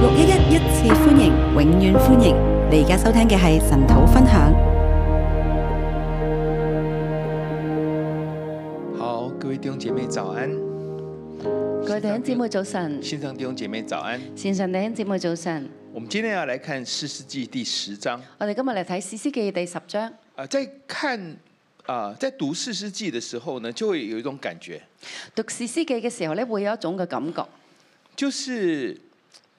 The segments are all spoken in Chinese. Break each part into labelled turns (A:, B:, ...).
A: 六一一一次歡迎，永遠歡迎！你而家收聽嘅係神土分享。
B: 好，各位弟兄姐妹早安，
C: 各位弟兄姊妹早晨，
B: 线上弟兄姐妹早安。
C: 線上弟兄姊妹早晨。
B: 我们今天要来看《四世纪》第十章。
C: 我哋今日嚟睇《史詩記》第十章。
B: 啊，在看啊、在读《四世纪》的时候呢，就会有一种感觉，
C: 讀《史詩記》嘅時候咧，會有一種嘅感覺，
B: 就是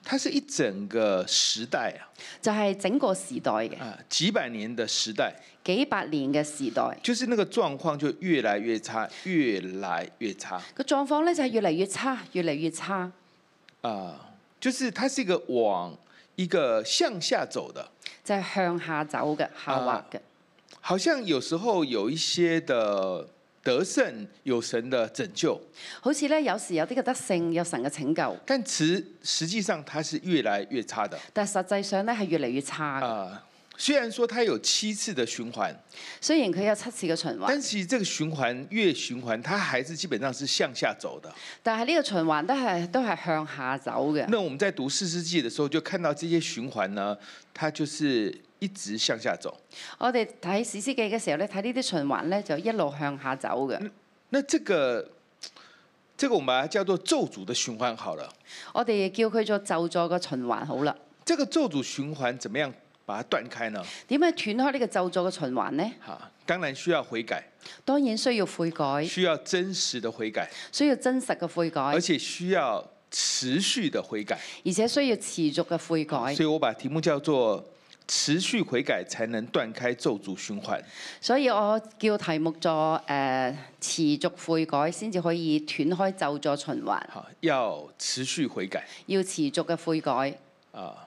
B: 它是一整个时代啊，
C: 就係、整個時代嘅
B: 啊、几百年的时代，
C: 幾百年嘅時代，
B: 就是那个状况就越来越差，越来越差啊、
C: 個狀況咧就係越嚟越差，越嚟越差。
B: 啊就是它是一个往一个向下走的，
C: 就係向下走嘅，
B: 啊
C: 下滑嘅，
B: 好像有时候有一些的得胜有神的拯救，
C: 好似咧有時有啲嘅德性，有神嘅拯救，
B: 但其实际上它是越来越差的
C: 但係實際上咧係越嚟越
B: 啊、
C: 差嘅。
B: 虽然说它有七次的循环，
C: 雖然佢有七次嘅循環，
B: 但其实这个循环越循环，它还是基本上是向下走的。
C: 但係呢個循環都係都係向下走嘅。
B: 那我们在读四世纪的时候，就看到这些循环呢，它就是一直向下走。
C: 我哋睇《史詩記》嘅時候咧，睇呢啲循環咧就一路向下走嘅。
B: 那这个，这个我们把它叫做咒诅的循环好了。
C: 我哋叫佢做就助個循環好啦。
B: 这个咒诅循环怎么样把它断开呢？
C: 點樣斷開呢個就助嘅循環呢？
B: 哈，当然需要悔改，
C: 當然需要悔改，
B: 需要真实的悔改，
C: 需要真實嘅悔改，
B: 而且需要持续的悔改。
C: 而且需要持續嘅悔改
B: 所。以我把题目叫做“持续悔改才能断开咒诅循环
C: 所以我叫題目做誒、呃持續悔改，先至可以斷開就助循環”。。
B: 好，要持续悔改
C: 要持續嘅悔改。
B: 啊！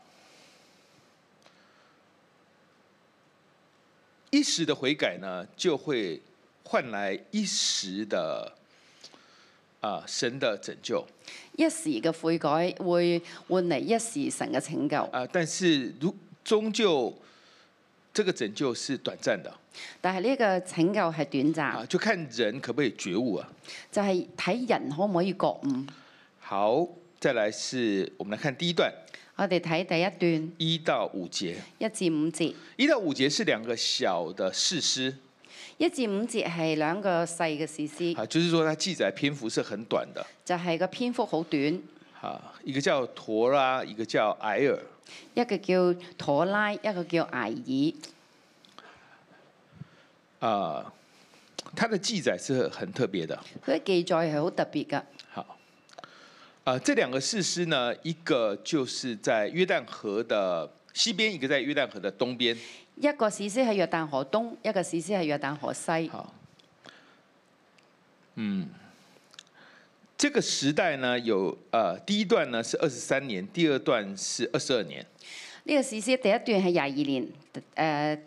B: 一时的悔改呢，就会换来一时的啊神的拯救
C: 一時嘅悔改會換嚟一時神嘅拯救，
B: 啊，但是如终究这个拯救是短暂的
C: 但係呢個拯救係短暫，
B: 啊，就看人可不可以觉悟啊。
C: 就係、睇人可唔可以覺悟。
B: 好，再来是我们来看第一段
C: 我哋睇第一段
B: 一到五节。
C: 一至五節。
B: 一到五节是两个小的事诗
C: 一至五節係兩個細嘅事詩，
B: 啊，就是说它记载篇幅是很短的
C: 就係、個篇幅好短。
B: 啊，一个叫陀拉，一个叫埃尔。
C: 一個叫妥拉，一個叫艾爾。
B: 啊，它的记载是很特别的。
C: 佢嘅記載係好特別㗎。
B: 好，啊，这两个事诗呢，一个就是在约旦河的西边，一个在约旦河的东边。
C: 一個史詩係約旦河東，一個史詩係約旦河西。
B: 好，嗯，这个时代呢，有呃，第一段呢是二十三年，第二段是二十二年。
C: 呢個史詩第一段係廿二年，誒、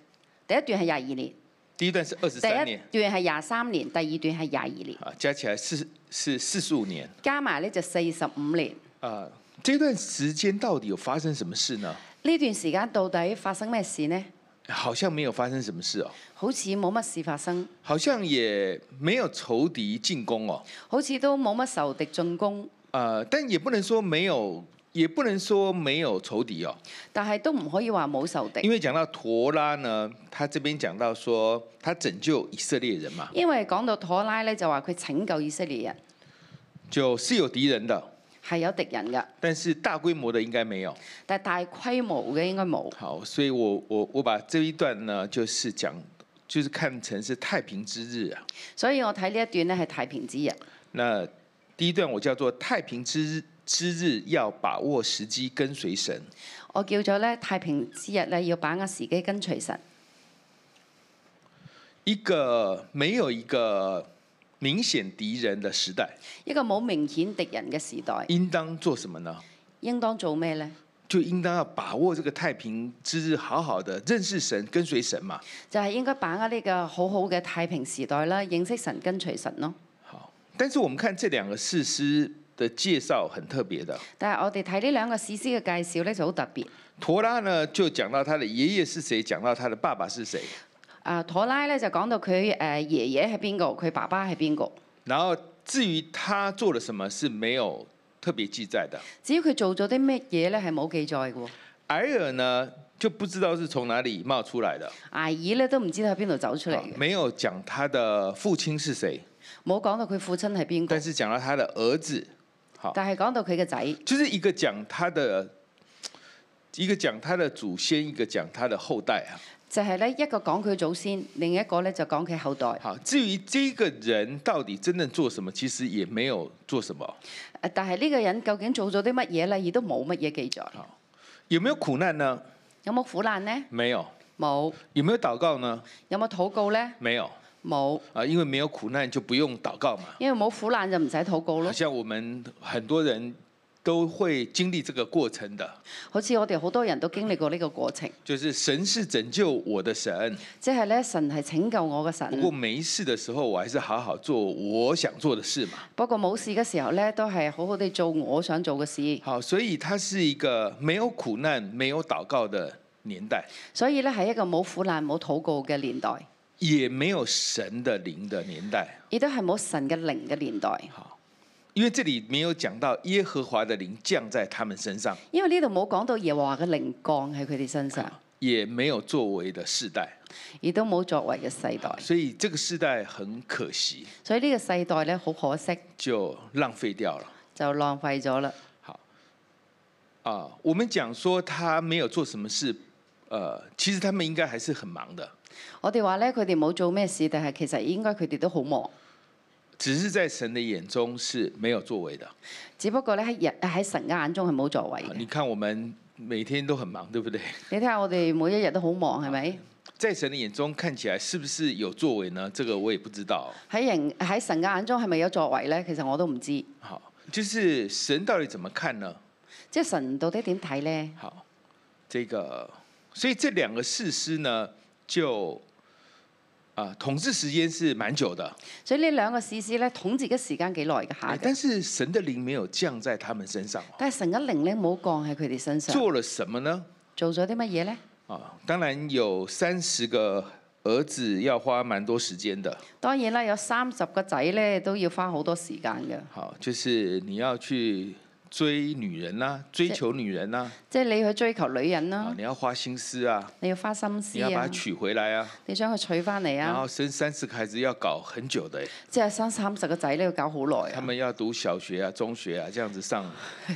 C: 第一段係廿二年，
B: 第一段是二十三年，
C: 第一段係廿三年，第二段係廿二年，
B: 啊，加起来是是四十五年
C: 加埋咧就四十五年。
B: 啊、这段时间到底有发生什么事呢？
C: 呢段時間到底發生咩事呢？
B: 好像没有發生什么事哦，
C: 好似冇乜事發生，
B: 好像也没有仇敵进攻哦，
C: 好似都冇乜仇敵進攻，
B: 呃，但也不能说没有，也不能说没有仇敵哦，
C: 但係都唔可以話冇仇敵。
B: 因为讲到陀拉呢，他这边讲到说他拯救以色列人嘛，
C: 因為講到妥拉咧，就話佢拯救以色列人
B: 就是有敵人的，
C: 係有敵人㗎，
B: 但是大規模的應該沒有。
C: 但係大規模嘅應該冇。
B: 好，所以我我我把这一段呢，就是讲，就是看成是太平之日啊。
C: 所以我睇呢一段咧係太平之日。
B: 那第一段我叫做太平之日之日要把握时机跟随神。
C: 我叫咗咧太平之日咧，要把握時機跟隨神。
B: 一个没有一个明顯敵人的時代，
C: 一個冇明顯敵人嘅時代，
B: 應當做什麼呢？
C: 應當做咩呢？
B: 就應當要把握這個太平之日，好好的認識神、跟隨神嘛。
C: 就係、應該把握呢個好好嘅太平時代啦，認識神跟隨神咯。
B: 好，但是我們看這兩個事師的介紹很特別的。
C: 但係我哋睇呢兩個史詩嘅介紹咧就好特別。
B: 陀拉呢就講到他的爺爺是誰，講到他的爸爸是誰，
C: 啊，妥拉咧就講到佢誒、呃爺爺係邊個，佢爸爸係邊個。
B: 然後至於他做了什麼是沒有特别记载的。
C: 至於佢做咗啲咩嘢咧，係冇記載嘅喎。
B: 埃尔呢就不知道是从哪里冒出来的，
C: 艾爾咧啊都唔知道喺邊度走出嚟
B: 啊
C: 嘅，
B: 没有讲他的父亲是谁，
C: 冇講到佢父親係邊個
B: 但，是啊讲到他的儿子，好，
C: 但係講到佢嘅仔，
B: 就是一个讲他的，一个讲他的祖先，一个讲他的后代啊。
C: 就係咧一個講佢祖先，另一個咧就講佢後代。
B: 好，至于这个人到底真正做什么，其实也没有做什么。
C: 誒啊但係呢個人究竟做咗啲乜嘢咧，亦都冇乜嘢記載。
B: 好，有没有苦难呢？
C: 有冇苦難呢？
B: 没有。
C: 冇。
B: 有没有祷告呢？
C: 有冇禱告呢？
B: 没有。
C: 冇。
B: 啊，因为没有苦难就不用祷告嘛。
C: 因為冇苦難就唔使禱告
B: 好
C: 咯。
B: 像我们很多人都会经历这个过程的，
C: 好似我哋好多人都經歷過呢個過程，
B: 就是神是拯救我的神，
C: 即係咧神係拯救我嘅神
B: 不。过没事的时候，我还是好好做我想做的事嘛。
C: 不過冇事嘅時候咧，都係好好地做我想做嘅事。
B: 好，所以它是一个没有苦难、没有祷告的年代，
C: 所以咧係一個冇苦難冇禱告嘅年代，
B: 也没有神的灵的年代。
C: 亦都係冇神嘅靈嘅年代。
B: 好，因为这里没有讲到耶和华的灵降在他们身上，
C: 因為呢度冇講到耶和華嘅靈降喺佢哋身上，
B: 也没有作为的世代，
C: 亦都冇作為嘅世代。
B: 所以这个世代很可惜，
C: 所以呢個世代咧好可惜，
B: 就浪费掉了。
C: 就浪費咗啦。
B: 好，啊，我们讲说他没有做什么事，呃，其实他们应该还是很忙的，
C: 我哋話咧，佢哋冇做咩事，但係其實應該佢哋都好忙。
B: 只是在神的眼中是没有作为的。
C: 只不過咧喺人喺神嘅眼中係冇作為
B: 啊
C: 嘅。
B: 你看我们每天都很忙，对不 对？
C: 你睇下我哋每一日都好忙，係
B: 啊
C: 咪？
B: 在神的眼中看起来是不是有作为呢？这个我也不知道。
C: 喺人喺神嘅眼中係咪有作為咧？其實我都唔知。
B: 好，就是神到底怎么看呢？
C: 即係神到底點睇咧？
B: 好，这个，所以这两个事师呢，就啊、统治时间是蛮久的，
C: 所以呢兩個事事咧統治嘅時間幾耐嘅下
B: 哎
C: 嘅
B: 但是神的灵没有降在他们身上哦。
C: 但係神嘅靈咧冇降喺佢哋身上，
B: 做了什么呢？
C: 做咗啲乜嘢咧？
B: 啊，当然有三十个儿子要花蛮多时间的。
C: 當然啦，有三十個仔咧都要花好多時間嘅，
B: 好，就是你要去追女人啦、追求女人啦、
C: 即係你去追求女人
B: 啊
C: 啦，，
B: 你要花心思啊，
C: 你要花心
B: 你
C: 思
B: 要把
C: 啊
B: 她，娶回来啊，
C: 你將佢娶翻嚟
B: 然
C: 啊
B: 后，生三十个孩子要搞很久的欸，
C: 即係生三十個仔咧要搞好耐
B: 他
C: 啊，
B: 们要读小学啊、中学啊，这样子上。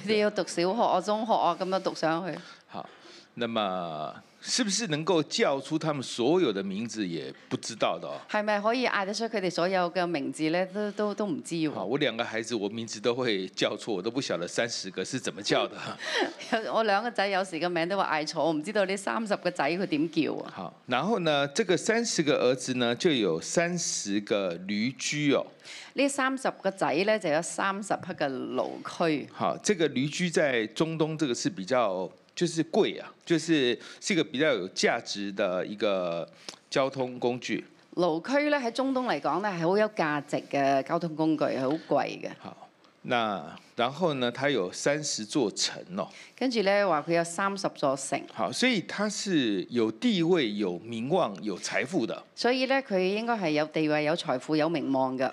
C: 佢哋要讀小學啊、中學啊咁樣讀上去，
B: 好，那么是不是能够叫出他们所有的名字也不知道的哦。
C: 係咪可以嗌得出佢哋所有嘅名字咧？都都都唔知
B: 好，
C: 喎。
B: 我两个孩子，我名字都会叫错，我都不晓得三十个是怎么叫的。
C: 有 我兩個仔有時個名都話嗌錯，我唔知道呢三十個仔佢點叫啊。
B: 好，然后呢，这个三十个儿子呢，就有三十个驴驹哦。
C: 呢三十個仔咧就有三十匹嘅奴區。
B: 好，这个驴驹在中东这个是比较就是贵啊，就是是一个比较有价值的一个交通工具。
C: 勞區咧喺中東嚟講咧係好有價值嘅交通工具，係好貴嘅。
B: 好，那然后呢，它有三十座城哦。
C: 跟住咧話佢有三十座城，
B: 好，所以它是有地位、有名望、有财富的。
C: 所以咧佢應該係有地位、有財富、有名望嘅。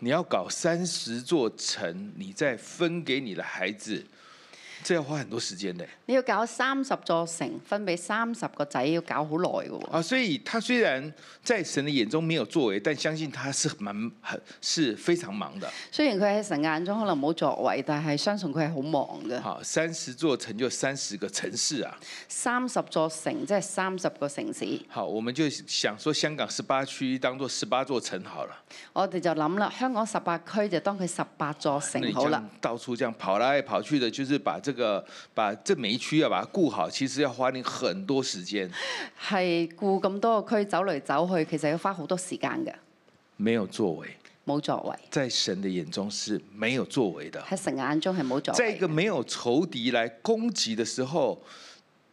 B: 你要搞三十座城，你再分给你的孩子，这要花很多时间的。
C: 你要搞三十座城，分俾三十個仔，要搞好耐嘅喎。
B: 啊，所以他虽然在神的眼中没有作为，但相信他是蛮很是非常忙的。
C: 雖然佢喺神眼中可能冇作為，但係相信佢係好忙嘅。
B: 好，三十座城就三十个城市啊。
C: 三十座城即係三十個城市，
B: 好，我们就想说香港十八区当做十八座城好了。
C: 我哋就諗啦，香港十八區就當佢十八座
B: 那
C: 城
B: 你
C: 好
B: 这
C: 啦
B: 样。到处这样跑来跑去的，就是把这个把这每一区要把它顾好，其实要花你很多时间，
C: 係顧咁多個區走嚟走去，其實要花好多時間嘅，
B: 没有作为，
C: 冇作為。
B: 在神的眼中是没有作为的。
C: 喺神眼中係冇作
B: 在一
C: 為
B: 个
C: 嘅，
B: 没有仇敌来攻击的时候，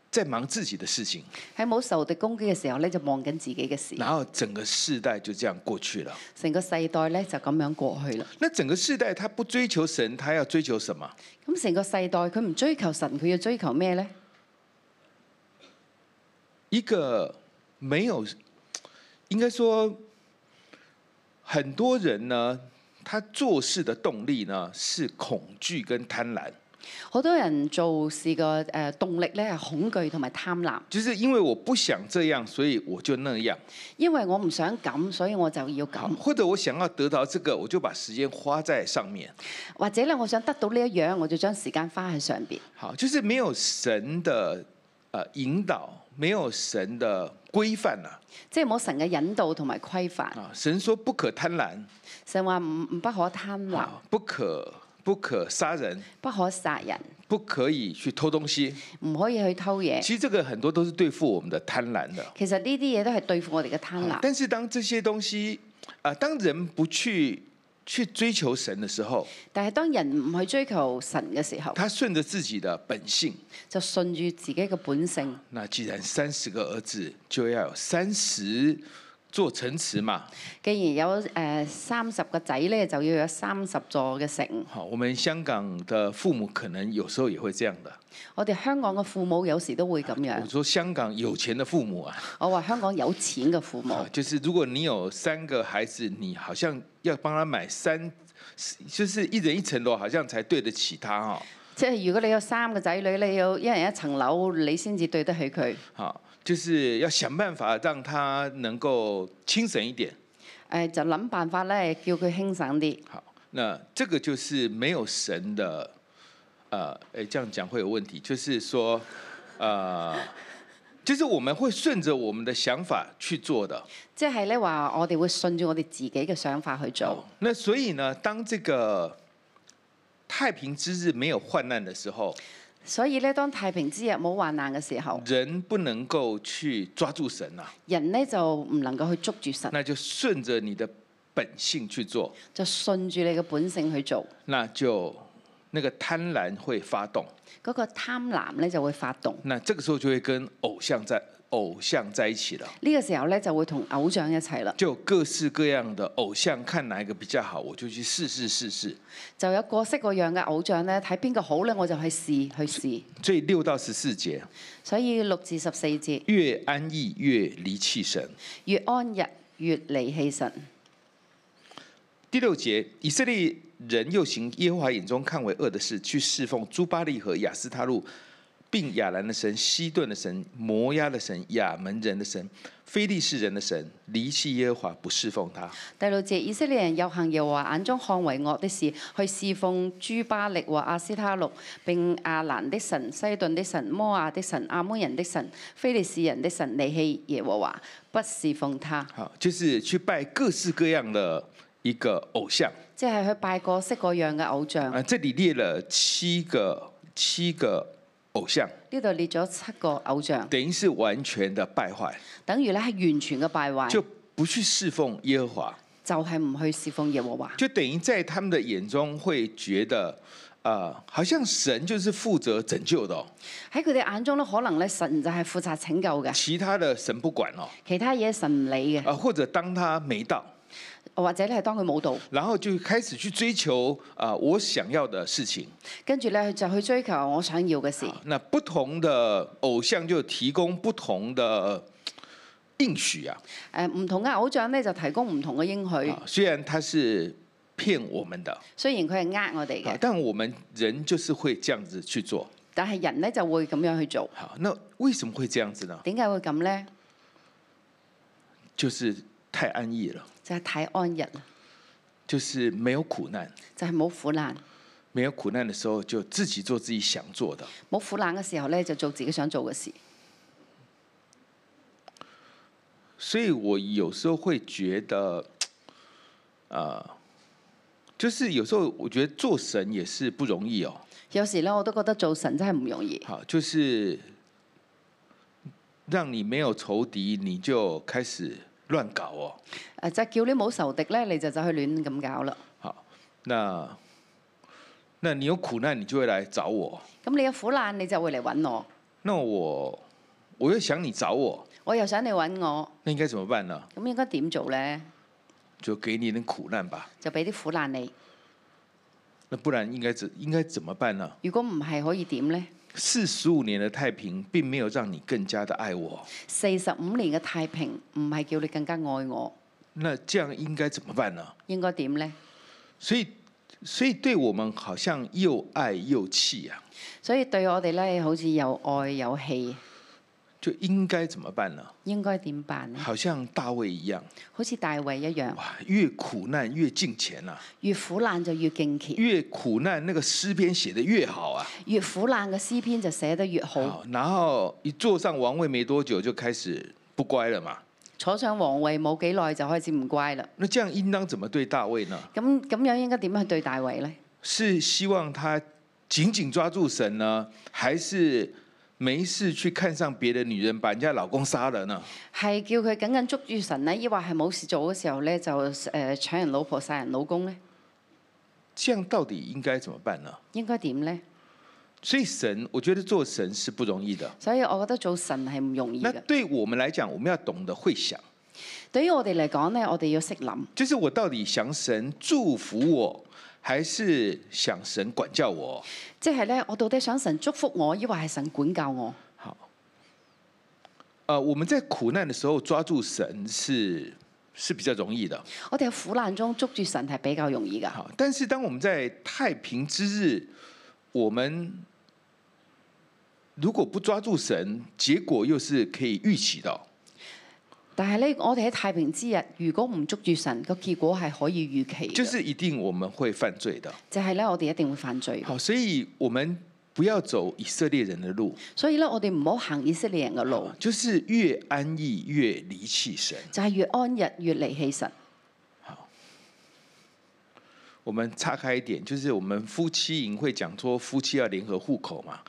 B: 在忙自己的事情。
C: 喺冇受敵攻擊嘅時候咧，就望緊自己嘅事。
B: 然后整个世代就这样过去了。
C: 成個世代咧就咁樣過去啦。
B: 那整个世代他不追求神，他要追求什么？
C: 咁成個世代佢唔追求神，佢要追求咩咧？
B: 一个没有，应该说很多人呢，他做事的动力呢是恐惧跟贪婪，
C: 好多人做事嘅誒動力咧係恐懼同埋貪婪，
B: 就是因为我不想这样，所以我就那样，
C: 因為我唔想咁，所以我就要咁，
B: 或者我想要得到这个，我就把时间花在上面。
C: 或者咧我想得到呢一樣，我就將時間花喺上邊，
B: 好，就是没有神的呃引导，没有神的规范呐、
C: 即係冇神嘅引導同埋規範
B: 啊。。神说不可贪婪，
C: 神話唔唔不可貪婪，
B: 啊，不可不可杀人，
C: 不可殺人，
B: 不可以去偷东西。
C: 唔可以去偷嘢。
B: 其实这个很多都是对付我们的贪婪的。啊
C: 其實呢啲嘢都係對付我哋嘅貪婪。
B: 但是当这些东西啊、当人不去去追求神的时候，
C: 但係當人唔去追求神嘅時候，
B: 他顺着自己的本性，
C: 就順住自己嘅本性。
B: 那既然三十个儿子，就要有三十座城池嘛。
C: 既然有誒三十個仔咧，就要有三十座嘅城。
B: 好，我们香港的父母可能有时候也会这样的。
C: 我哋香港嘅父母有時都會咁
B: 我
C: 樣。
B: 说香港有钱的父母啊，
C: 我話香港有錢嘅父母，
B: 啊，就是如果你有三个孩子，你好像要帮他买三，就是一人一层楼，好像才对得起他哦。
C: 即係如果你有三個仔女，你要一人一層樓，你先至對得起佢。誒、
B: 好，就是要想办法让他能够清神一点。
C: 就諗辦法咧，叫佢輕省啲。
B: 好，那这个就是没有神的，呃，诶，这样讲会有问题，就是说，呃，就是我们会顺着我们的想法去做的。
C: 即係咧話，我哋會順住我哋自己嘅想法去做。
B: 那所以呢，当这个太平之日没有患难的时候，
C: 所以咧，當太平之日冇患難嘅時候，
B: 人不能够去抓住神呐、
C: 人咧就唔能夠去捉住神，
B: 那就顺着你的本性去做，
C: 就順住你嘅本性去做。
B: 那就那个贪婪会发动，
C: 嗰、個貪婪咧就會發動。
B: 那这个时候就会跟偶像在偶像在一起了。
C: 呢、個時候咧就會同偶像一齊啦，
B: 就有各式各样的偶像，看哪一个比较好，我就去试试试试。
C: 就有各式各樣嘅偶像咧，睇邊個好咧，我就去試去試。
B: 所以六到十四节，
C: 所以六至十四節，
B: 越安逸越离弃神。
C: 越安逸越離棄神。
B: 第六节，以色列人又行耶和华眼中看为恶的事，去侍奉朱巴利和亚斯他路，并亚兰的神、西顿的神、摩押的神、亚门人的神、非利士人的神，离弃耶和华，不侍奉他。
C: 第六節，以色列人又行耶和華眼中看為惡的事，去侍奉朱巴力和阿斯他錄，並亞蘭的神、西頓的神、摩亞的神、亞捫人的神、非利士人的神，離棄耶和華，不侍奉他，
B: 好，就是去拜各式各样的一个偶像。
C: 即係去拜各式各樣嘅偶像。
B: 啊，这里列了七个七个偶像。
C: 呢度列咗七個偶像，
B: 等于是完全的败坏，
C: 等於咧係完全嘅敗壞，
B: 就不去侍奉耶和华，
C: 就係唔去侍奉耶和華，
B: 就等于在他们的眼中会觉得，呃，好像神就是负责拯救的、哦，
C: 喺佢哋眼中咧，可能咧神就係負責拯救嘅，
B: 其他的神不管哦，
C: 其他嘢神唔理嘅，
B: 啊，或者当他没到，
C: 或者咧係當佢冇道。
B: 然后就开始去追求啊、呃我想要的事情。啊
C: 跟住咧，佢就去追求我想要嘅事。
B: 那不同的偶像就提供不同的应许啊，
C: 誒唔同嘅偶像咧就提供唔同嘅應許，
B: 啊虽然他是骗我们的，
C: 雖然佢係呃我哋
B: 啊
C: 嘅，，
B: 但我们人就是会这样子去做。
C: 但係人咧就會咁樣去做。
B: 好，那为什么会这样子呢？
C: 點解會咁呢？
B: 就是太安逸了，
C: 就係、太安逸啦，
B: 就是没有苦难，
C: 就係、冇苦難。
B: 没有苦难的时候就自己做自己想做的。
C: 冇苦難嘅時候咧，就做自己想做嘅事。
B: 所以我有时候会觉得，呃，就是有时候我觉得做神也是不容易哦。
C: 有時咧，我都覺得做神真係唔容易，
B: 好，就是让你没有仇敌，你就开始乱搞哦。
C: 誒就係叫你冇仇敵咧，你就走去亂咁搞啦。
B: 好，那那你有苦難，你就會来找我。
C: 咁你有苦難，你就會嚟揾我，
B: 那我我又想你找我，
C: 我又想你揾我，
B: 那应该怎么辦呢？
C: 咁應該點做呢？
B: 就给你一点苦难吧。
C: 就俾啲苦難你。
B: 那不然应该怎应该怎么办呢？
C: 如果唔係，可以點呢？
B: 四十五年的太平，并没有让你更加的爱我，
C: 四十五年嘅太平唔係叫你更加愛我，
B: 那这样应该怎么办呢？
C: 應該點呢？
B: 所以所以对我们好像又爱又气啊，
C: 所以對我哋咧好似有愛有氣，
B: 就应该怎么办呢？
C: 應該點辦呢？
B: 好像大衛一样，
C: 好似大衛一樣，
B: 哇，越苦难越敬虔啊，
C: 越苦難就越敬虔，
B: 越苦难那个诗篇写的越好啊。
C: 越苦難嘅詩篇就寫得越好。
B: 好，然后一坐上王位没多久就开始不乖了嘛。
C: 坐上皇位冇幾耐就開始唔乖啦。
B: 那这样應當怎麼對大衛呢？
C: 咁咁樣應該點樣去對大衛呢？
B: 是希望他緊緊抓住神呢，還是沒事去看上別的女人，把人家老公殺了呢？
C: 係叫佢緊緊捉住神呢，抑或係冇事做嘅時候咧就誒、呃、搶人老婆殺人老公呢？
B: 這樣到底應該怎麼辦呢？
C: 應該點呢？
B: 所以神，我覺得做神是不容易的。
C: 所以我覺得做神係唔容易
B: 那
C: 嘅。
B: 對我們來講，我們要懂得會想，
C: 對於我哋嚟講咧，我哋要識諗，
B: 就是我到底想神祝福我，還是想神管教我？
C: 即係咧，我到底想神祝福我，抑或係神管教我？
B: 好，呃，我们在苦难的时候抓住神是是比较容易的。
C: 我哋喺苦難中捉住神係比較容易噶。
B: 好，但是当我们在太平之日，我们如果不抓住神，结果又是可以预期的哦。
C: 但係咧，我哋喺太平之日，如果唔捉住神，個結果係可以預期嘅，
B: 就是一定我们会犯罪的。哦
C: 就係咧，我哋一定會犯罪。
B: 好，所以我们不要走以色列人的路，
C: 所以咧，我哋唔好行以色列人嘅路，
B: 就是越安逸越离弃神。
C: 就係越安逸越離棄神。
B: 我们岔开一点，就是我们夫妻营会讲说夫妻要联合户口嘛。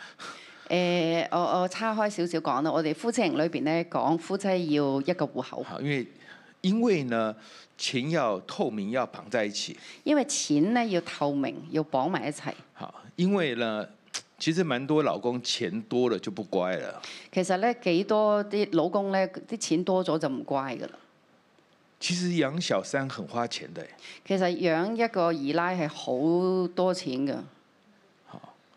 C: 誒、我我岔開少少講啦，我哋夫妻營裏邊咧講夫妻要一個户口，
B: 好，因为因为呢，钱要透明，要绑在一起。
C: 因為錢咧要透明，要綁埋一齊。
B: 好，因为呢，其实蛮多老公钱多了就不乖了。
C: 其實咧幾多啲老公咧啲錢多咗就唔乖噶啦。
B: 其实养小三很花钱的，欸
C: 其實養一個二奶係好多錢噶。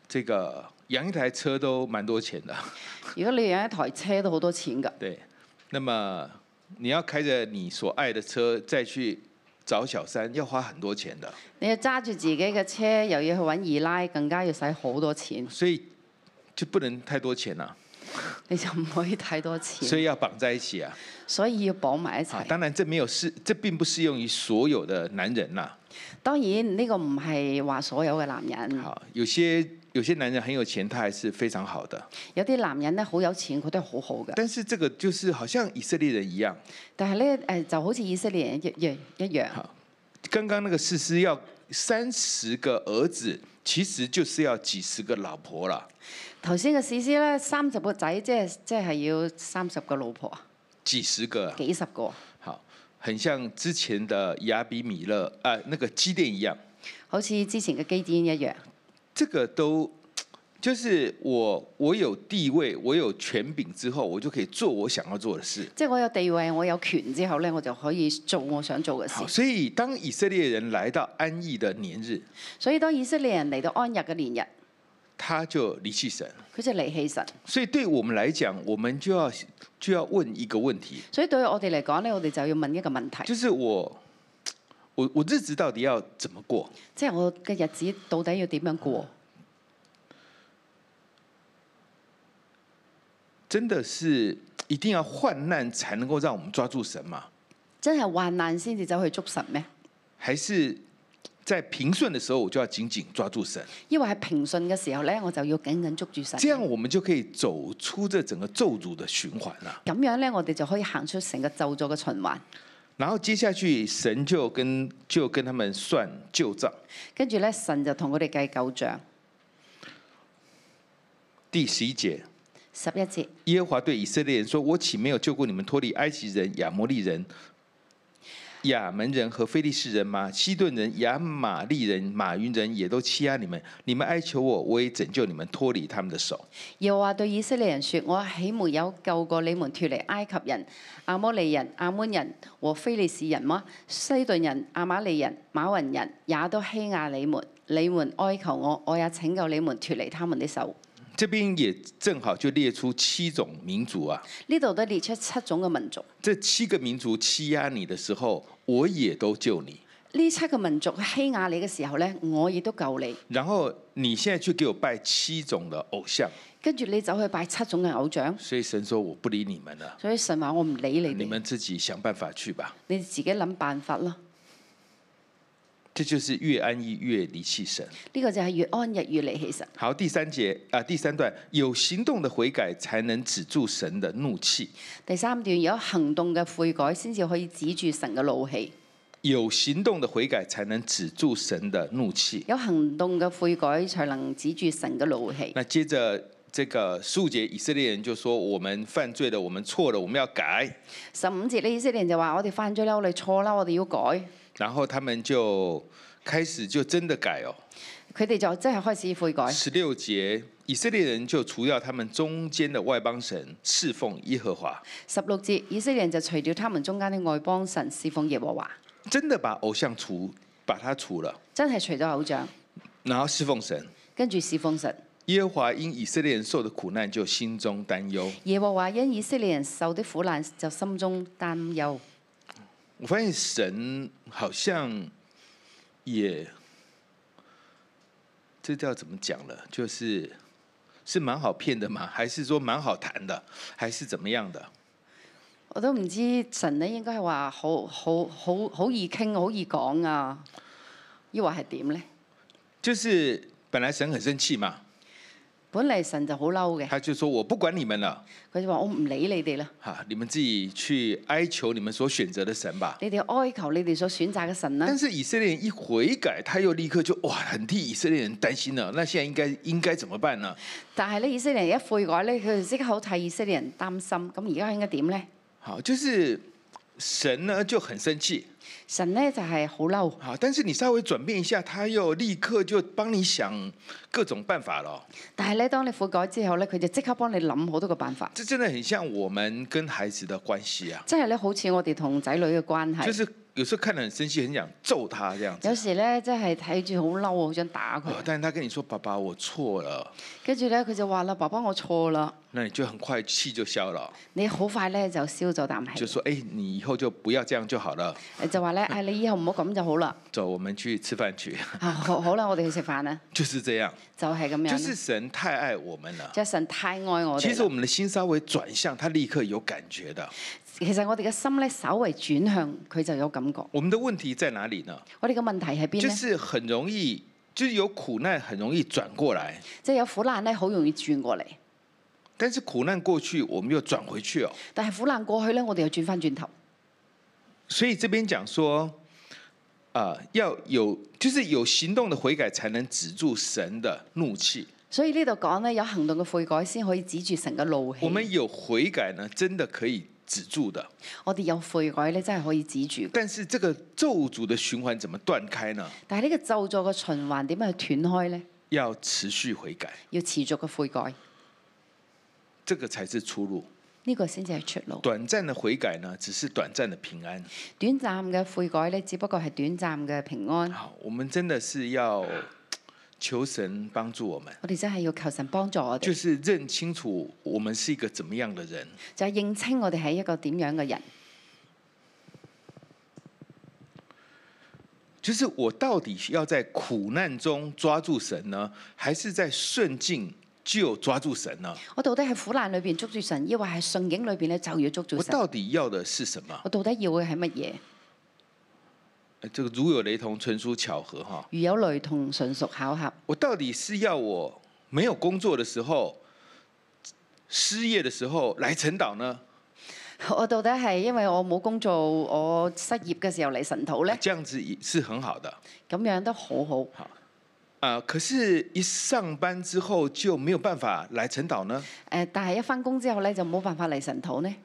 B: 这个养一台车都蛮多钱的。
C: 如果你養一台車都好多錢㗎，
B: 对，那么你要开着你所爱的车再去找小三，要花很多钱的。
C: 你要揸住自己嘅車，又要去揾二奶，更加要使好多錢，
B: 所以就不能太多錢了、
C: 你就唔可以太多
B: 所
C: 錢，
B: 以啊要綁在一起啊。
C: 所以要綁埋一
B: 好，
C: 齊。
B: 当然这没有适，这并不适用于所有的男人啦、啊
C: 當然呢個唔係話所有嘅男人，
B: 好，有些有些男人很有钱，他还是非常好的。
C: 有啲男人咧好有錢，佢都係好好嘅，
B: 但是这个就是好像以色列人一样，
C: 但係咧誒就好似以色列人一樣一樣，
B: 啊刚刚那个士师要三十个儿子，其实就是要几十个老婆了，
C: 頭先嘅史詩咧三十個仔，即係即係要三十個老婆啊，
B: 几十个啊。
C: 幾十個，
B: 好，很像之前的亚比米勒啊、那个基甸一样，
C: 好似之前嘅基甸一樣。
B: 这个都。就是我，我有地位，我有权柄之后，我就可以做我想要做的事。
C: 即係我有地位，我有權之後咧，我就可以做我想做嘅
B: 好，
C: 事。
B: 所以当以色列人来到安逸的年日，
C: 所以當以色列人嚟到安逸嘅年日，
B: 他就离弃神。
C: 佢就離棄神。
B: 所以对我们来讲，我们就要就要问一个问题，
C: 所以對我哋嚟講咧，我哋就要問一個問題，
B: 就是我我我日子到底要怎么过？
C: 即係我嘅日子到底要點樣過？
B: 真的是一定要患难才能够让我们抓住神吗？
C: 真係患難先至走去捉神咩？
B: 还是在平顺的时候我就要紧紧抓住神，
C: 抑或係平順嘅時候咧，我就要緊緊捉住神。
B: 这样我们就可以走出这整个咒诅的循环了、
C: 咁樣咧，我哋就可以行出成個咒咗嘅循環。
B: 然后接下去神就跟就跟他们算旧账。
C: 跟住咧，神就同佢哋計舊帳。
B: 第十一节，
C: 十一節，
B: 耶和华对以色列人说：“我岂没有救过你们脱离埃及人、亚摩利人、亚门人和非利士人吗？西顿人、亚玛利人、马云人也都欺压你们，你们哀求我，我也拯救你们脱离他们的手。
C: 又話對以色列人說：我豈沒有救過你們脱離埃及人、亞摩利人、亞捫人和非利士人嗎？西頓人、亞瑪利人、馬雲人也都欺壓你們，你們哀求我，我也拯救你們脱離他們的手。
B: 这边也正好就列出七种民族啊，
C: 呢度都列出七種嘅民族，
B: 这七个民族欺压你的时候，我也都救你。
C: 呢七個民族欺壓你嘅時候咧，我亦都救你。
B: 然后你现在去给我拜七种的偶像，
C: 跟住你走去拜七種嘅偶像，
B: 所以神说我不理你们了，
C: 所以神話我唔理你
B: 你
C: 哋，
B: 们自己想办法去吧。
C: 你自己諗辦法啦。
B: 这就是越安逸越离弃神。
C: 呢、個就係越安逸越離其實。
B: 好，第三节啊、第三段有行动的悔改才能止住神的怒气，
C: 第三段有行動嘅悔改，先至可以止住神嘅怒氣。
B: 有行动的悔改才能止住神的怒气。
C: 有行動嘅悔改，才能止住神嘅怒氣。
B: 那接着这个十五节，以色列人就说：“我们犯罪了，我们错了，我们要改。
C: 十五節呢，以色列人就話：我哋犯咗啦，我哋錯啦，我哋要改。”
B: 然后他们就开始就真的改哦。
C: 佢哋就真係開始悔改。
B: 十六节，以色列人就除掉他们中间的外邦神，侍奉耶和华，
C: 十六節，以色列人就除掉他們中間的外邦神，侍奉耶和華，
B: 真的把偶像除，把它除了，
C: 真係除咗偶像，
B: 然后侍奉神。
C: 跟住侍奉神。
B: 耶和华因以色列人受的苦难，就心中担忧。
C: 耶和華因以色列人受的苦難，就心中擔憂。
B: 我发现神好像也，这叫怎么讲呢？就是是蛮好骗的吗？还是说蛮好谈的？还是怎么样的？
C: 我都唔知神咧應該係話好好好好易傾、好易講啊，抑或係點呢？
B: 就是本来神很生气嘛，
C: 本嚟神就好嬲嘅，
B: 他就说我不管你们了，
C: 佢就話：我唔理你哋啦，
B: 哈，你们自己去哀求你们所选择的神吧。
C: 你哋哀求你哋所選擇嘅神啦
B: 但。是以色列人一悔改，他又立刻就哇，很替以色列人担心了。那现在应该应该怎么办呢？
C: 但係咧，以色列人一悔改咧，佢就即刻好替以色列人擔心。咁而家應該點呢？
B: 好，就是神呢就很生气，
C: 神咧就係好嬲。
B: 好，但是你稍微转变一下，他又立刻就帮你想各种办法了哦。
C: 但係咧，當你悔改之後咧，佢就即刻幫你諗好多個辦法。
B: 这真的很像我们跟孩子的关系啊，
C: 即係咧，好似我哋同仔女嘅關
B: 就
C: 係，
B: 是有時候看得很生气，很想揍他这样子
C: 有。時咧，即係睇住好嬲，好想打佢
B: 哦。但是他跟你说：“爸爸，我错了。
C: 跟住咧，佢就話啦：爸爸，我錯啦！”
B: 那你就很快气就消了，
C: 你好快咧就消咗啖
B: 就
C: 氣，
B: 说：“哎、你以后就不要这样就好了。
C: 誒就話咧：啊，你以後唔好咁就好啦。
B: 走，我们去吃饭去。
C: 啊，好好啦，我哋去食飯啦，”
B: 就是这样，
C: 就係咁樣
B: 就
C: 啦。
B: 是神太爱我们了。
C: 就係神太愛我
B: 其
C: 哋
B: 实我
C: 啦。
B: 们的心稍微转向，他立刻有感觉的。
C: 其實我哋嘅心咧稍微轉向，佢就有感覺。
B: 我们的问题在哪里呢？
C: 我哋嘅問題喺邊
B: 就
C: 咧？
B: 是很容易，就是有苦难很容易转过来，
C: 即係有苦難咧，好容易轉過嚟。
B: 但是苦难过去我们又转回去哦。
C: 但係苦難過去咧，我哋又轉翻轉頭。
B: 所以这边讲说，啊、要有就是有行动的悔改，才能止住神的怒气。
C: 所以呢度講咧，有行動嘅悔改先可以止住神嘅怒氣。
B: 我們有悔改呢，真的可以止住的。
C: 我哋有悔改咧，真係可以止住。
B: 但是这个咒诅的循环怎么断开呢？
C: 但係呢個咒詛嘅循環點樣去斷開咧？
B: 要持续悔改，
C: 要持續嘅悔改，
B: 这个才是出路。
C: 呢、個先至係出路。
B: 短暂的悔改呢，只是短暂的平安。
C: 短暫嘅悔改咧，只不過係短暫嘅平安。
B: 好，我们真的是要求神帮助我们。
C: 我哋真係要求神幫助我
B: 就
C: 哋，
B: 是认清楚我们是一个怎么样的人。
C: 就係認清我哋係一個點樣嘅人。
B: 就是我到底要在苦难中抓住神呢，还是在顺境就抓住神呢？
C: 我到底喺苦難裏邊捉住神，抑或係順境裏邊咧就要捉住
B: 我
C: 神？
B: 到底要的是什么？
C: 我到底要嘅係乜嘢？
B: 呃这个如有雷同，纯属巧合哈。
C: 如有雷同，純屬巧合。
B: 我到底是要我没有工作的时候，失业的时候来晨祷呢？
C: 我到底係因為我冇工做，我失業嘅時候嚟神土咧，
B: 这样子也是很好的
C: 咁樣都好好。
B: 啊、可是，一上班之后就没有办法来晨祷呢？
C: 誒、但係一翻工之後咧，就冇辦法嚟神土呢。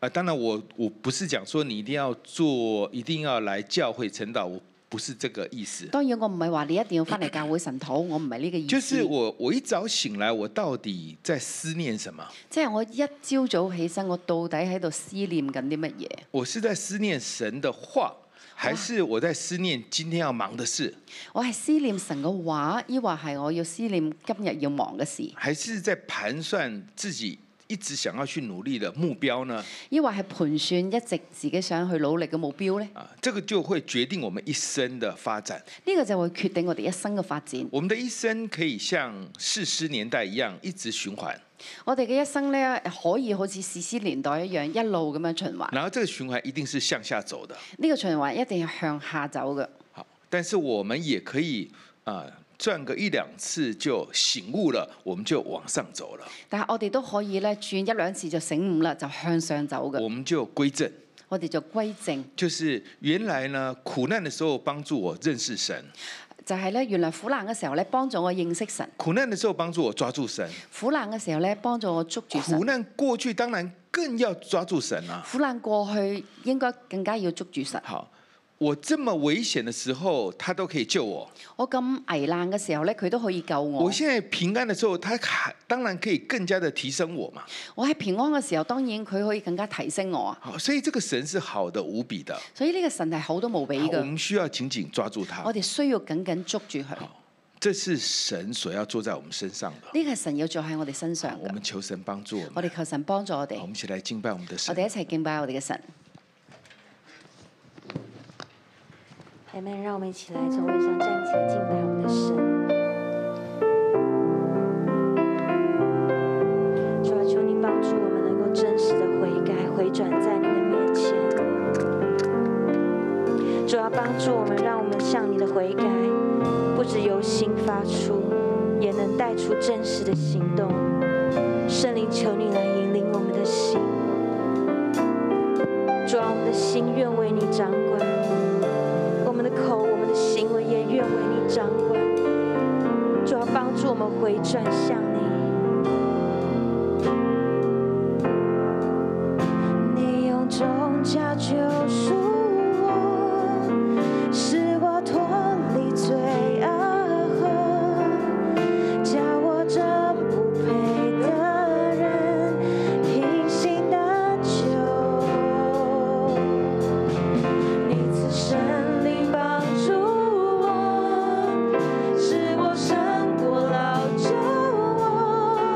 B: 啊，当然我我不是讲说你一定要做，一定要来教会晨祷，我不是这个意思。
C: 當然我唔係話你一定要翻嚟教會 神土，我唔係呢個意思。
B: 就是我我一早醒来，我到底在思念什么？
C: 即係我一朝早起身，我到底喺度思念緊啲乜嘢？
B: 我是在思念神的话，还是我在思念今天要忙的事，
C: 我係思念神嘅話，抑或係我要思念今日要忙嘅事？
B: 还是在盘算自己一直想要去努力的目标呢？
C: 抑或係盤算一直自己想去努力嘅目標呢？
B: 啊，这个就会决定我们一生的发展。
C: 呢、個就會決定我哋一生嘅發展。
B: 我们的一生可以像四师年代一样一直循环，
C: 我哋嘅一生呢，可以好似史詩年代一樣，一路咁樣循環。
B: 然后这个循环一定是向下走的。
C: 呢、個循環一定係向下走嘅。
B: 好，但是我们也可以啊、呃转个一两次就醒悟了，我们就往上走了，
C: 但係我哋都可以咧轉一兩次就醒悟啦，就向上走嘅。
B: 我们就归正。
C: 我哋就歸正，
B: 就是原来呢，苦難的时候帮助我认识神，
C: 就係、咧原來苦難嘅時候咧幫助我認識神，
B: 苦難的时候帮助我抓住神，
C: 苦難嘅時候咧幫助我捉住神
B: 苦。難过去当然更要抓住神啊。
C: 苦難過去應該更加要捉住神。
B: 好，我这么危险的时候，他都可以救我；
C: 我咁危難嘅時候咧，佢都可以救我
B: 我。现在平安的时候，他还当然可以更加的提升我嘛。
C: 我喺平安嘅時候，當然佢可以更加提升我。
B: 好，所以这个神是好的无比的，
C: 所以呢個神係好到無比
B: 好我
C: 嘅，
B: 们需要紧紧抓住他
C: 我。哋需要緊緊捉住佢。呢
B: 这是神所要做在我们身上的。
C: 個係神要做喺我哋身上
B: 我
C: 嘅。
B: 们求神帮助我
C: 我
B: 们，
C: 哋求神幫助我
B: 好，
C: 哋
B: 我，们一起来敬拜我们的
C: 我
B: 神。
C: 哋一齊敬拜我哋嘅神。
D: 阿门！让我们一起来从位上站起来，敬拜我们的神。主啊，求你帮助我们能够真实的悔改、回转在你的面前。主啊，帮助我们，让我们向你的悔改不只由心发出，也能带出真实的行动。圣灵，求你来引领我们的心。主啊，我们的心愿为你掌管。我们的口、我们的行为也愿为你掌管。主要帮助我们回转向你。你用重价救赎我，使我脱离罪恶后，叫我这不配的人平行得救。你赐神灵帮助我，使我胜过老旧我，
E: 啊啊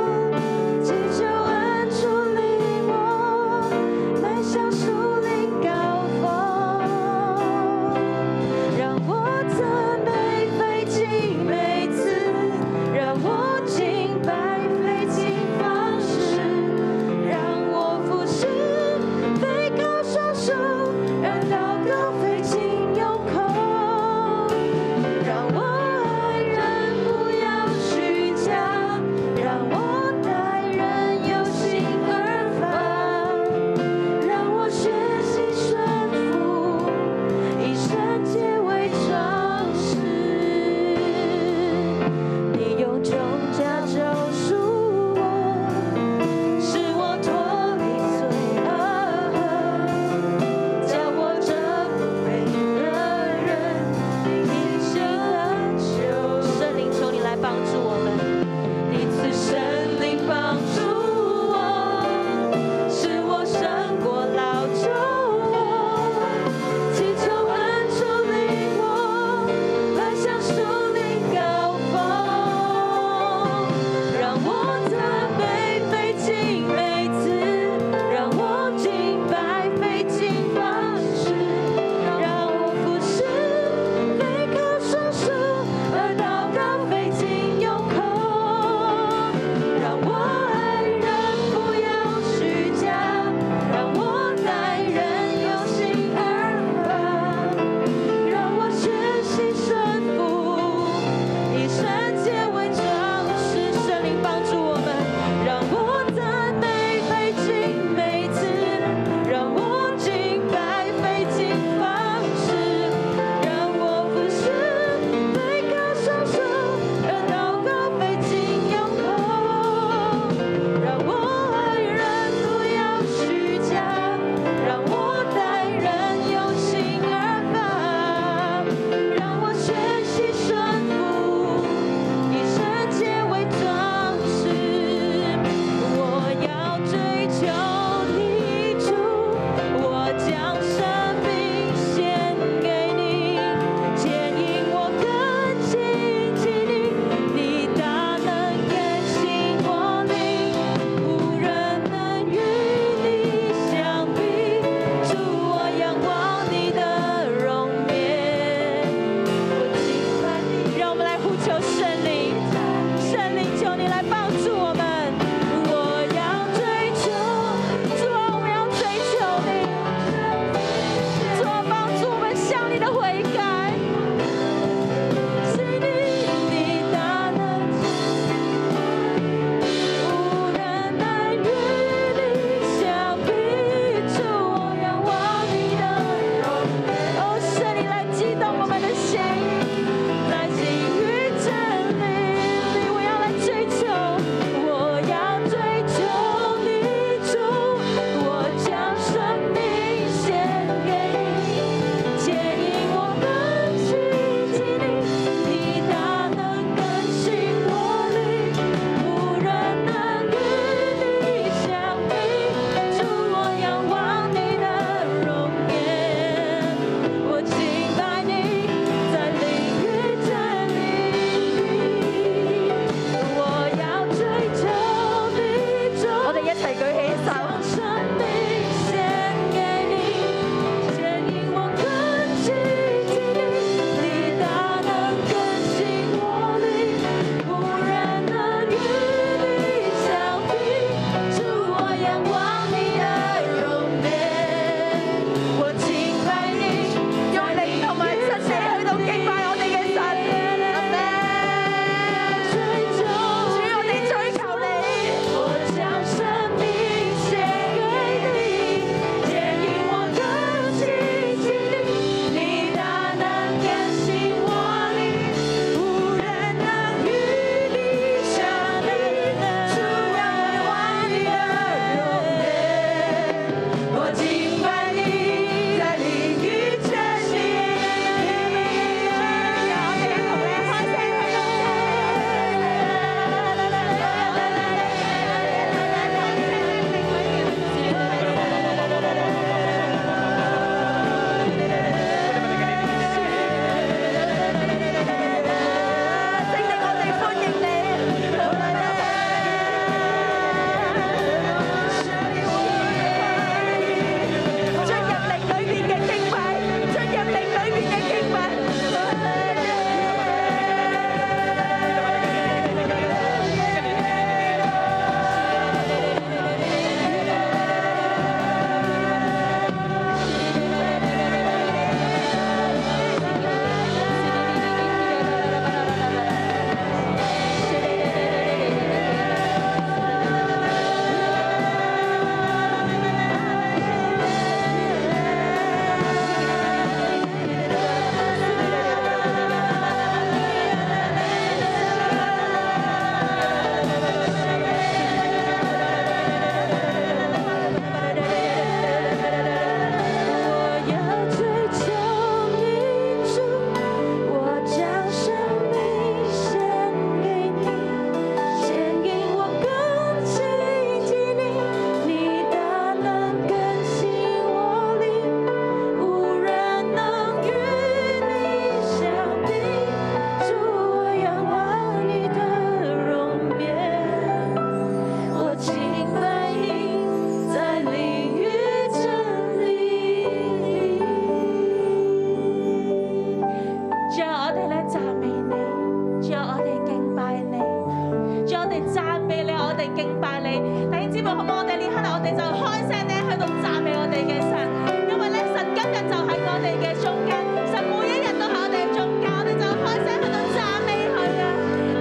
E: 讚你。弟兄姊妹，好唔好？我哋呢刻我哋就開聲咧，去到讚美我哋嘅神，因為咧神今日就喺我哋嘅中間，神每一日都喺我哋中間，我哋就開聲去到讚美佢啊！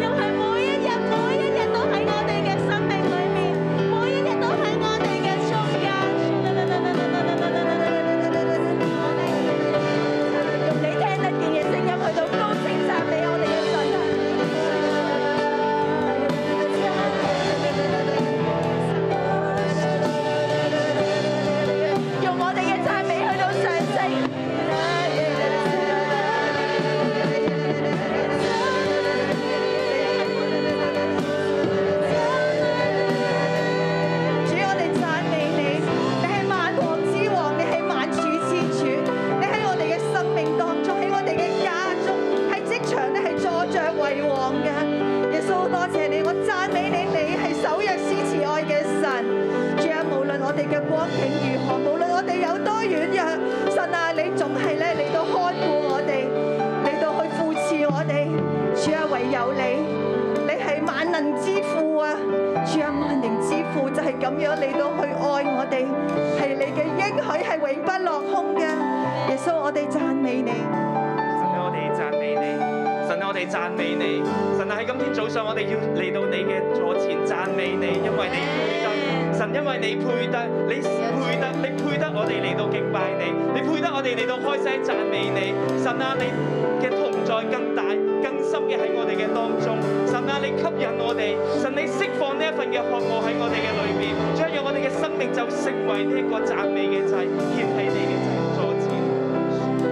E: 因為每一日每一日都喺我哋嘅生命裏面，每一日都喺我哋嘅中間。用你聽得見嘅聲音去到高聲讚美我哋嘅神啊！用我哋嘅讚美去到上升。主，我哋讚美你，你係萬王之王，你係萬主之主，你喺我哋嘅生命當中，喺我哋嘅家中，喺職場咧係坐著為王嘅。耶穌，多謝你，我讚美你，你係守約施慈愛嘅神。主啊，無論我哋嘅光景如何，無論我哋有多軟弱，神啊，你仲係咧嚟到看顧我哋，嚟到去扶持我哋。主啊，唯有你，你係萬能之父啊！主啊，萬能之父就係咁樣嚟到去愛我哋，係你嘅應許係永不落空嘅。耶穌，我哋讚美你。
F: 神啊，我哋讚美你，神啊，我哋讚美你，神啊，喺今天早上我哋要嚟到你嘅座前讚美你，因為你配得，神，因為你配得，你配得，你配得我哋嚟到敬拜你，你配得我哋嚟到開聲讚美你，神啊，你嘅同在更大、更深嘅喺我哋嘅當中，神啊，你吸引我哋，神你釋放呢一份嘅渴望喺我哋嘅裏面，將讓我哋嘅生命就成為呢一個讚美嘅祭，獻喺你嘅座前。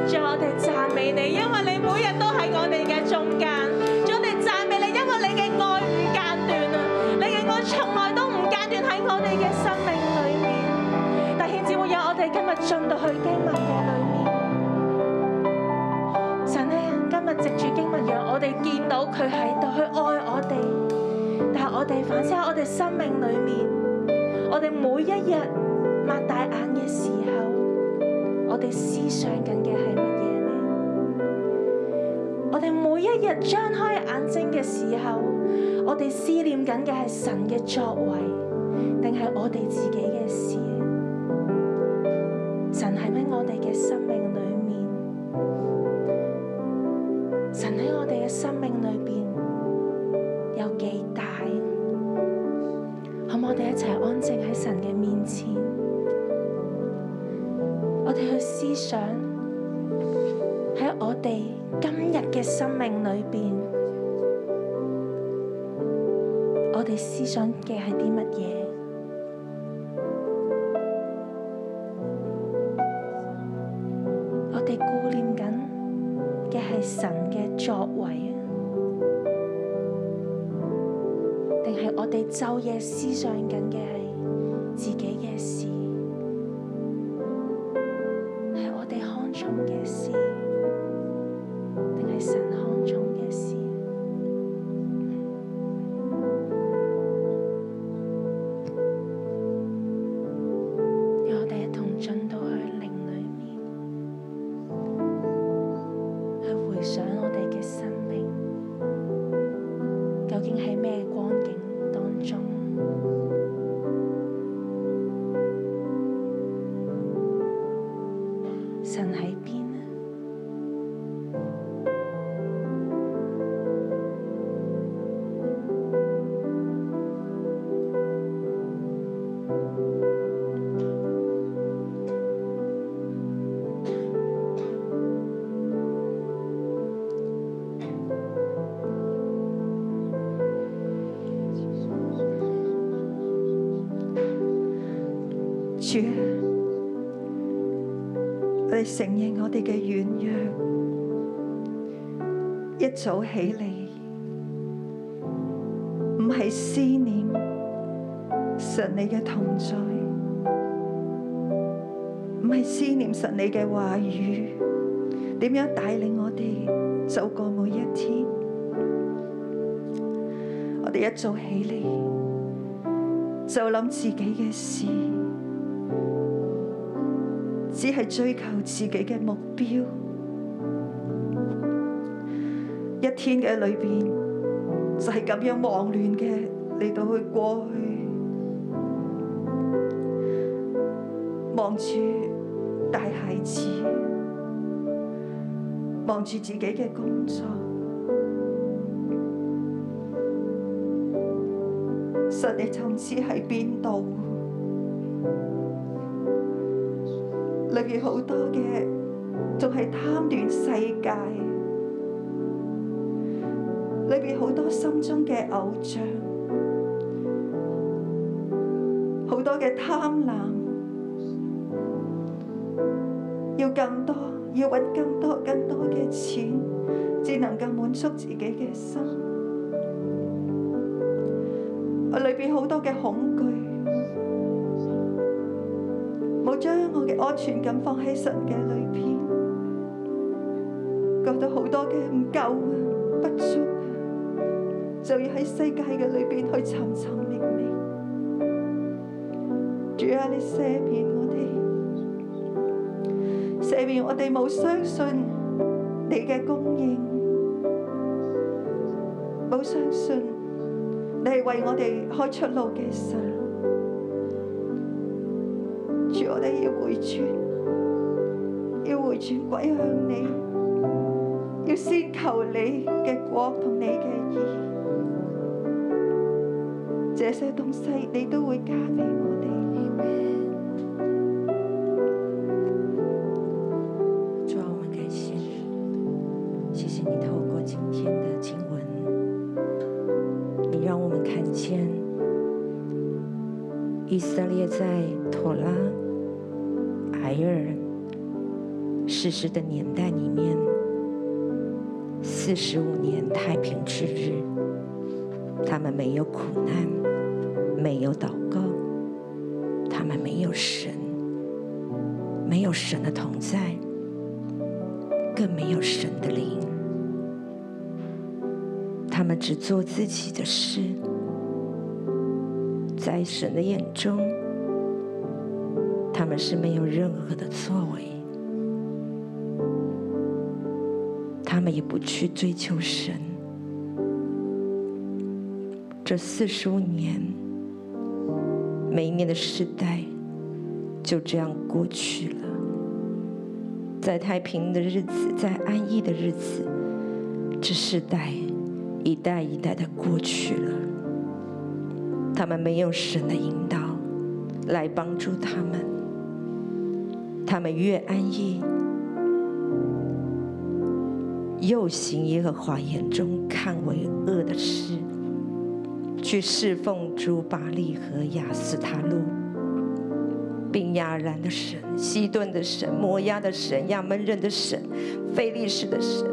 E: 主，我哋讚美你，因為你每日都喺我哋嘅中間。主，我哋讚美你，因為你嘅愛唔間斷啊！你嘅愛從來都唔間斷喺我哋嘅生命裏面。弟兄姊妹，有我哋今日進到去經文嘅裏面，神咧啊今日藉住經文，讓我哋見到佢喺度去愛我哋。但係我哋反思喺我哋生命裏面，我哋每一日擘大眼嘅時候。我哋思想緊嘅係乜嘢呢？我哋每一日張開眼睛嘅時候，我哋思念緊嘅係神嘅作為，定係我哋自己嘅事？神喺喺我哋嘅生命裏面，神喺我哋嘅生命裏邊有幾大？可唔可以我哋一齊安靜喺神嘅面前？我哋去思想喺我哋今日嘅生命裏邊，我哋思想嘅係啲乜嘢？我哋顧念緊嘅係神嘅作為啊，定係我哋晝夜思想緊嘅係自己嘅事？係我哋看重嘅事，定係神看重嘅事？讓我哋一同進到去靈裏面，去回想我哋嘅生命，究竟喺咩光景當中？神喺邊啊呢？
G: 主，我哋承認我哋嘅軟弱，一早起嚟，唔係思念神你嘅同在，唔係思念神你嘅話語，點樣帶領我哋走過每一天。我哋一早起嚟就諗自己嘅事。只係追求自己嘅目標。一天嘅裏邊就係咁樣忙亂嘅嚟到去過去，望住大孩子，望住自己嘅工作。神你就唔知喺邊度，裏面好多嘅仲係貪戀世界，裏面好多心中嘅偶像，好多嘅貪婪，要更多，要揾更多更多嘅錢，至能夠滿足自己嘅心。我裏邊好多嘅恐懼，冇將我嘅安全感放喺神嘅裏邊，覺得好多嘅唔夠啊，不足啊，就要喺世界嘅裏邊去尋尋覓覓。主啊，你赦免我哋，赦免我哋冇相信你嘅供應，冇相信。你係為我哋開出路嘅神，主我哋要回轉，要回轉歸向你，要先求你嘅國同你嘅義，這些東西你都會加俾我哋。
H: 主啊，我们感谢你，谢谢你透过今天的经文，你让我们看见以色列在妥拉、埃尔世世的年代里面，四十五年太平之日，他们没有苦难，没有祷告，他们没有神，没有神的同在。更没有神的灵。他们只做自己的事，在神的眼中，他们是没有任何的作为，他们也不去追求神。这四十五年，每一年的世代就这样过去了。在太平的日子，在安逸的日子，这世代一代一代的过去了。他们没有神的引导来帮助他们，他们越安逸，又行耶和华眼中看为恶的事，去侍奉朱巴利和亚斯他路。并亚然的神、西顿的神、摩押的神、亚门人的神、非利士的神。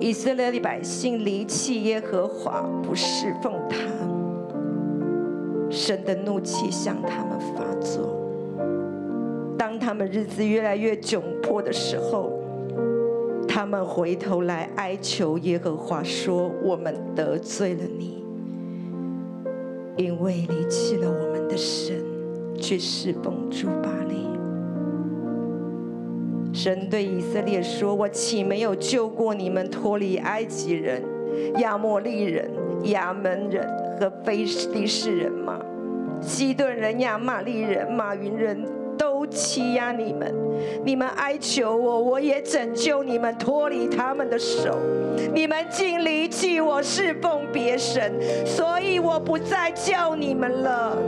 H: 以色列的百姓离弃耶和华，不侍奉他，神的怒气向他们发作。当他们日子越来越窘迫的时候，他们回头来哀求耶和华说：“我们得罪了你，因为离弃了我们的神。”去侍奉朱巴利。神对以色列说：“我岂没有救过你们脱离埃及人、亚摩利人、亚门人和非利士人吗？西顿人、亚玛利人、马云人都欺压你们，你们哀求我，我也拯救你们脱离他们的手。”你们竟离弃我侍奉别神，所以我不再叫你们了。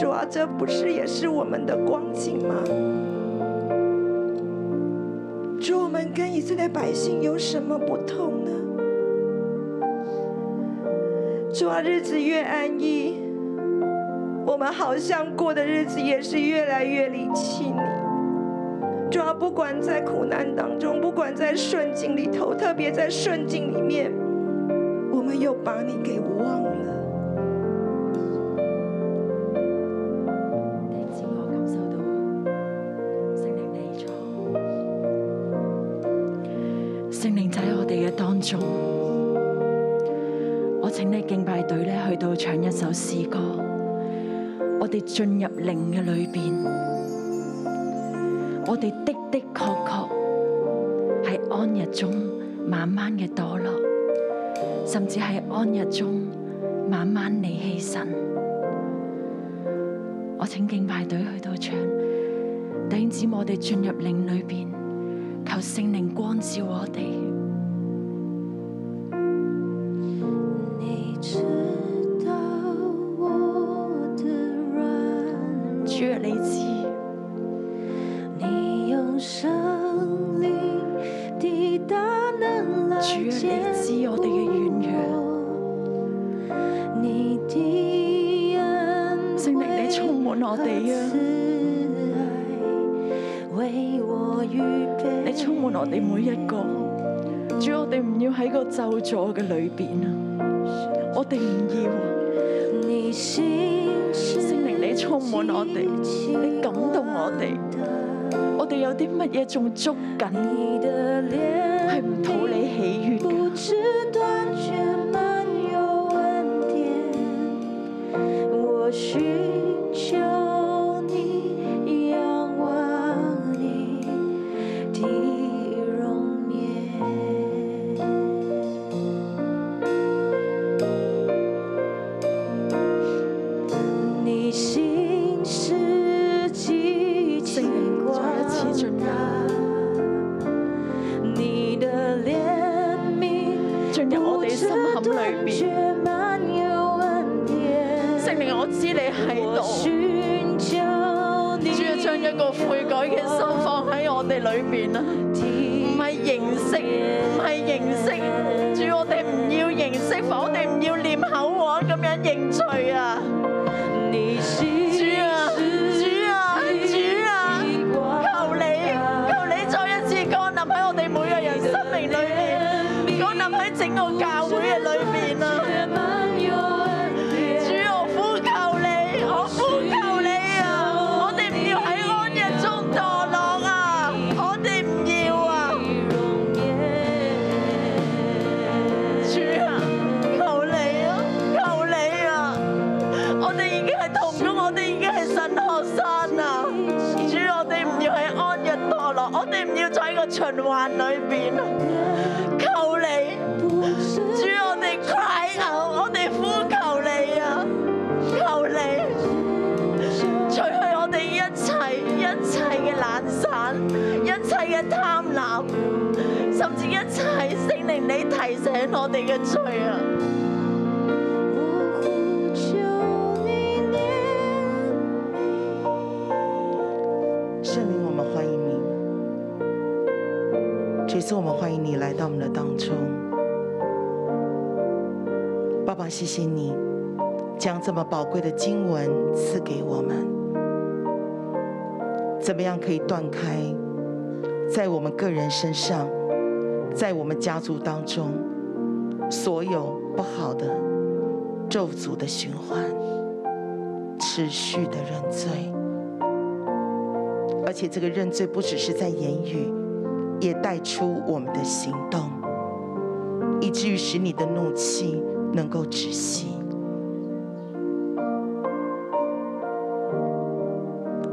H: 主啊，这不是也是我们的光景吗？主，我们跟以色列百姓有什么不同呢？主啊，日子越安逸，我们好像过的日子也是越来越离弃你。主啊，不管在苦难当中，不管在顺境里头，特别在顺境里面，我们又把你给忘了。
I: 弟兄姊妹我感受到聖靈嚟咗，聖靈就喺我哋嘅當中。我請你敬拜隊咧去到唱一首詩歌，我哋進入靈嘅裏邊，我哋的的確確喺安逸中慢慢嘅墮落，甚至喺安逸中慢慢嚟起身。我請敬拜隊去到場，弟兄姊妹，我哋進入靈裏邊，求聖靈光照我哋。
D: 你知道我的软弱，
I: 主啊，你知，
D: 你用圣灵的大能来
I: 主啊，
D: 坚
I: 你知我哋
D: 固
I: 嘅軟弱，
D: 我，你的恩
I: 聖靈你充
D: 惠
I: 滿我
D: 和
I: 哋啊！
D: 慈爱为我预备
I: 你充滿我哋每一個。主，我哋唔要喺個咒詛嘅裏邊啊！我哋唔要啊！
D: 你心事
I: 聖靈你充滿我哋，你感動我哋。我哋有啲乜嘢仲捉緊，
D: 你的脸
I: 係唔討你喜悦
D: 不
I: 嘅。
D: 知断绝，满有恩典。我寻求你，仰望你的容颜。你心事极其
I: 圣灵
D: 广
I: 再一次进入
D: 大，你的怜悯
I: 進入我
D: 不
I: 哋
D: 知
I: 心坎裏
D: 断
I: 邊。
D: 绝，满有恩典。
I: 聖靈，我知你喺
D: 我
I: 度，
D: 寻求你
I: 主啊，將一個悔改嘅心放喺我哋裏邊啦。唔
D: 的
I: 係形式，唔係形式。主，我哋唔要形式，我哋唔要念口簧咁樣認罪啊！
D: 你心
I: 主啊，主啊，主啊！
D: 极广
I: 求你，求你再一次降臨喺我哋每個人生命裏面，降臨喺整個教會嘅裏面啊！
D: 满有恩典。
I: 主，我呼求你，我呼求你啊！我哋唔要喺安逸中墮落啊！我哋唔要啊！主啊，求你啊，求你啊！我哋已經係同工，我哋已經係神學生啊！主，我哋唔要喺安逸墮落，我哋唔要再喺個循環裏邊啊！求你，主，我哋 cry out，我哋呼求你啊！求你。除去我哋一切一切嘅懶散，一切嘅貪婪，甚至一切聖靈你提醒我哋嘅罪啊！
D: 我呼求你
J: 圣灵，我们欢迎你。这次我们欢迎你来到我们的当中。爸爸，谢谢你将这么宝贵的经文赐给我们。怎么样可以断开，在我们个人身上，在我们家族当中，所有不好的咒诅的循环，持续的认罪。而且这个认罪不只是在言语，也带出我们的行动，以至于使你的怒气能够止息。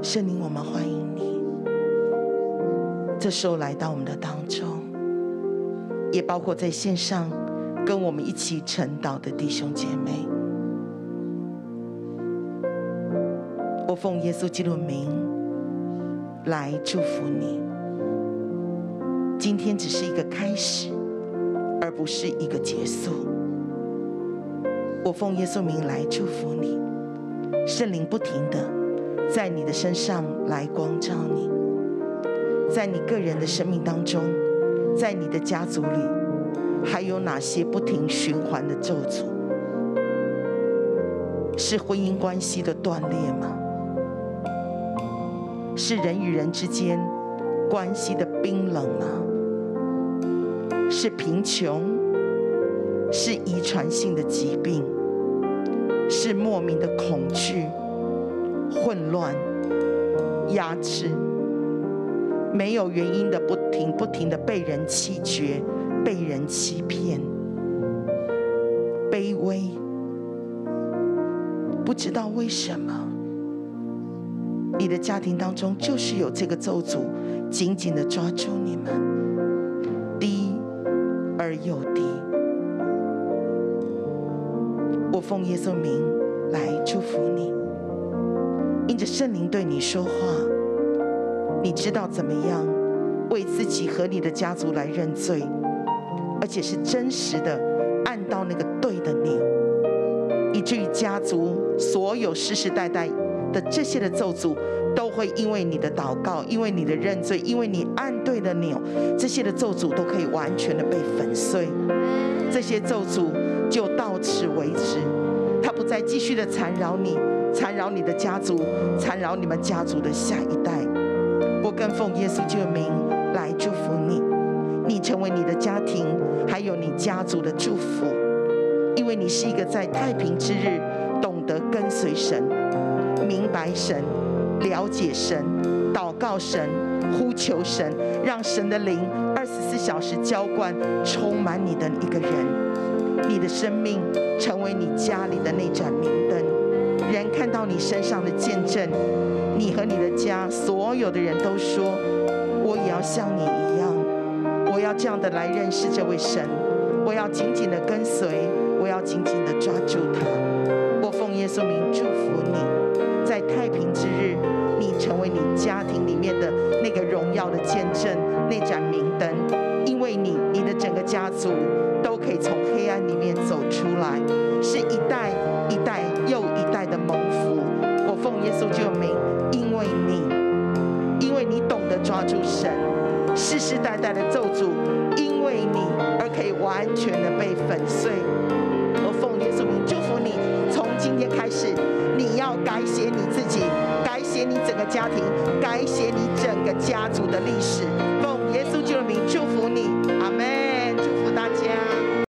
J: 圣灵，我们欢迎你，这时候来到我们的当中，也包括在线上跟我们一起晨祷的弟兄姐妹。我奉耶稣基督的名。来祝福你。今天只是一个开始，而不是一个结束。我奉耶稣名来祝福你，圣灵不停的在你的身上来光照你，在你个人的生命当中，在你的家族里，还有哪些不停循环的咒诅？是婚姻关系的断裂吗？是人与人之间关系的冰冷吗？是贫穷？是遗传性的疾病？是莫名的恐惧、混乱、压制？没有原因的不停不停的被人欺绝、被人欺骗、卑微，不知道为什么。你的家庭当中就是有这个咒诅，紧紧的抓住你们，低而又低。我奉耶稣名来祝福你，因着圣灵对你说话，你知道怎么样为自己和你的家族来认罪，而且是真实的按到那个对的你，以至于家族所有世世代代的这些的咒诅，都会因为你的祷告，因为你的认罪，因为你按对了钮，这些的咒诅都可以完全的被粉碎。这些咒诅就到此为止，它不再继续的缠绕你，缠绕你的家族，缠绕你们家族的下一代。我跟奉耶稣基督的名来祝福你，你成为你的家庭，还有你家族的祝福，因为你是一个在太平之日懂得跟随神、明白神、了解神、祷告神、呼求神，让神的灵二十四小时浇灌，充满你的一个人，你的生命成为你家里的那盏明灯，人看到你身上的见证，你和你的家所有的人都说，我也要像你一样。我要这样的来认识这位神，我要紧紧的跟随，我要紧紧的抓住他。我奉耶稣名祝福你，在太平之日，你成为你家庭里面的那个荣耀的见证，那盏明灯，因为你，你的整个家族都可以从黑暗里面走出来，是一代一代又一代的蒙福。我奉耶稣救名，因为你。因为你懂得抓住神，世世代代的咒诅，因为你而可以完全的被粉碎。我奉耶稣名祝福你，从今天开始，你要改写你自己，改写你整个家庭，改写你整个家族的历史。奉耶稣